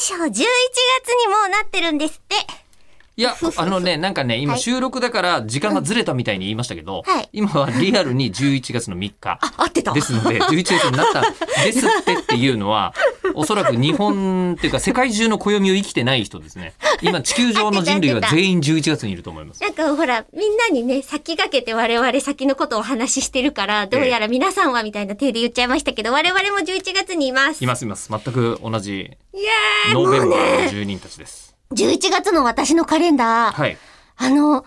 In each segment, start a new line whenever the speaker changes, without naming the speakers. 賞11月にもうなってるんですって。
いや、あのね、なんかね、今収録だから時間がずれたみたいに言いましたけど、
うんはい
今はリアルに11月の3日
あ、合ってた。
ですので、11月になったですってっていう のは、おそらく日本っていうか世界中の暦を生きてない人ですね。今地球上の人類は全員11月にいると思います。
なんかほら、みんなにね、先駆けて我々先のことをお話ししてるから、どうやら皆さんはみたいな手で言っちゃいましたけど、我々も11月にいます。
いますいます。全く同じ
いやー、も
ノーベ
う
ンバーの
ね、
住人たちです。
11月の私のカレンダー、
はい。
あの、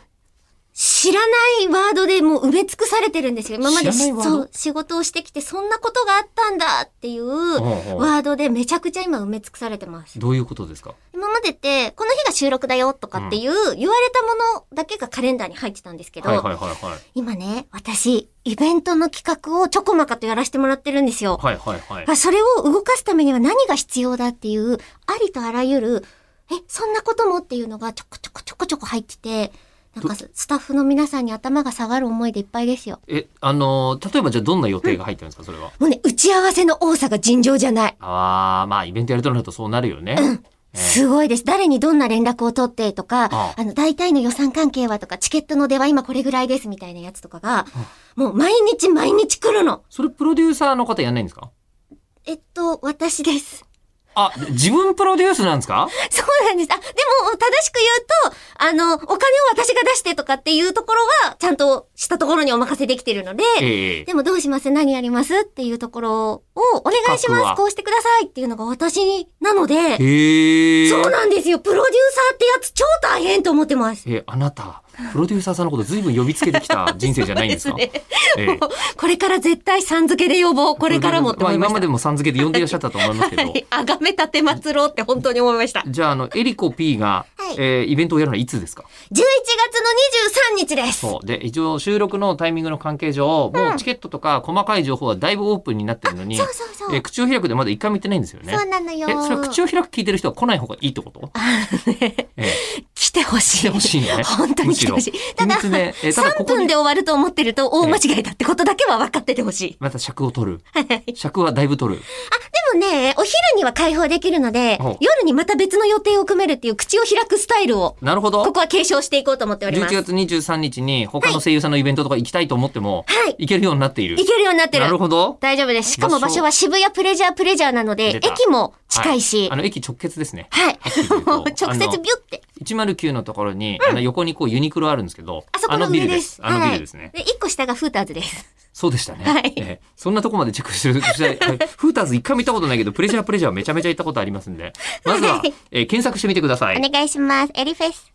知らないワードでもう埋め尽くされてるんですよ。今まで
知らないワード
そう仕事をしてきて、そんなことがあったんだっていう
うおう
ワードでめちゃくちゃ今埋め尽くされてます。
どういうことですか
今までって、この日が収録だよとかっていう、言われたものだけがカレンダーに入ってたんですけど、
はいはいはいはい。
今ね、私、イベントの企画をちょこまかとやらせてもらってるんですよ。
はいはいはい。
あそれを動かすためには何が必要だっていう、ありとあらゆる、え、そんなこともっていうのがちょこちょこちょこちょこ入ってて、なんかスタッフの皆さんに頭が下がる思いでいっぱいですよ。
え、あの、例えばじゃあどんな予定が入ってるんですか、それは。
もうね、打ち合わせの多さが尋常じゃない。
ああ、まあイベントやるとなるとそうなるよね。ええ
すごいです。誰にどんな連絡を取ってとか、
あ
あの、大体の予算関係はとか、チケットの出は今これぐらいですみたいなやつとかが、もう毎日毎日来るの。
それプロデューサーの方やんないんですか
えっと、私です。
あ、自分プロデュースなんですか
そうなんです。あ、でも、正しく言うと、あの、お金を私が出してとかっていうところは、ちゃんとしたところにお任せできてるので、
ええ
でもどうします何やりますっていうところを、お願いし
企画
ま
は
すこうしてくださいっていうのが私なので、
へえ。
そうなんですよプロデューサーってやつ超大変と思ってます。
え、あなた、プロデューサーさんのこと随分呼びつけてき た人生じゃないんですか
そうですね
ええ
もうこれから絶対さん付けで呼ぼう。これからもって思いま
あ今
し
ま
た。
でもさん付けで呼んでいらっしゃったと思いますけど。
はい。あがめたてまつろうって本当に思いました。11
じゃあ、あの、エリコ P が、
はい
えーイベントをやるのはいつですか
月の23日です。
そう。で、一応収録のタイミングの関係上、もうチケットとか細かい情報はだいぶオープンになってるのに、
そうそうそう。
えー口を開くでまだ一回も言ってないんですよね
そ。うなのよ。
え、それ口を開く聞いてる人は来ない方がいいってことえー
来てほしい。
来てほしいの ね
本当に来てほしい
むしろ。
ただ、
秘密でえただこ
3
こに
分で終わると思ってると大間違いだってことだけは分かっててほしい。
また尺を取る。
はい
尺はだいぶ取る。
でもね、お昼には解放できるので
ほう、
夜にまた別の予定を組めるっていう口を開くスタイルを、
なるほど。
ここは継承していこうと思っておりま
11
す。
月23日に他の声優さんのイベントとか行きたいと思っても、
はい
行けるようになっている。
いけるようになってる
な。るほど。
大丈夫です。しかも場所は渋谷プレジャープレジャーなので
出、た
駅も近いし
あ。の、駅直結ですね。
はい
はっきり言う。と
もう直接
あ
ビュ
の
って。
109のところに、あの横にこうユニクロあるんですけど、
あそこの
のビ
上
ル
で
ですす。。あのビ
は
ル
い
ですね。
で、1個下がフーターズです。
そうでしたね。
はい
ええそんなとこまでチェックしてる。してはいフーターズ一回も行ったことないけど、プレジャープレジャーはめちゃめちゃ行ったことありますんで、まずは、えー検索してみてください。
お願いします。エリフェス。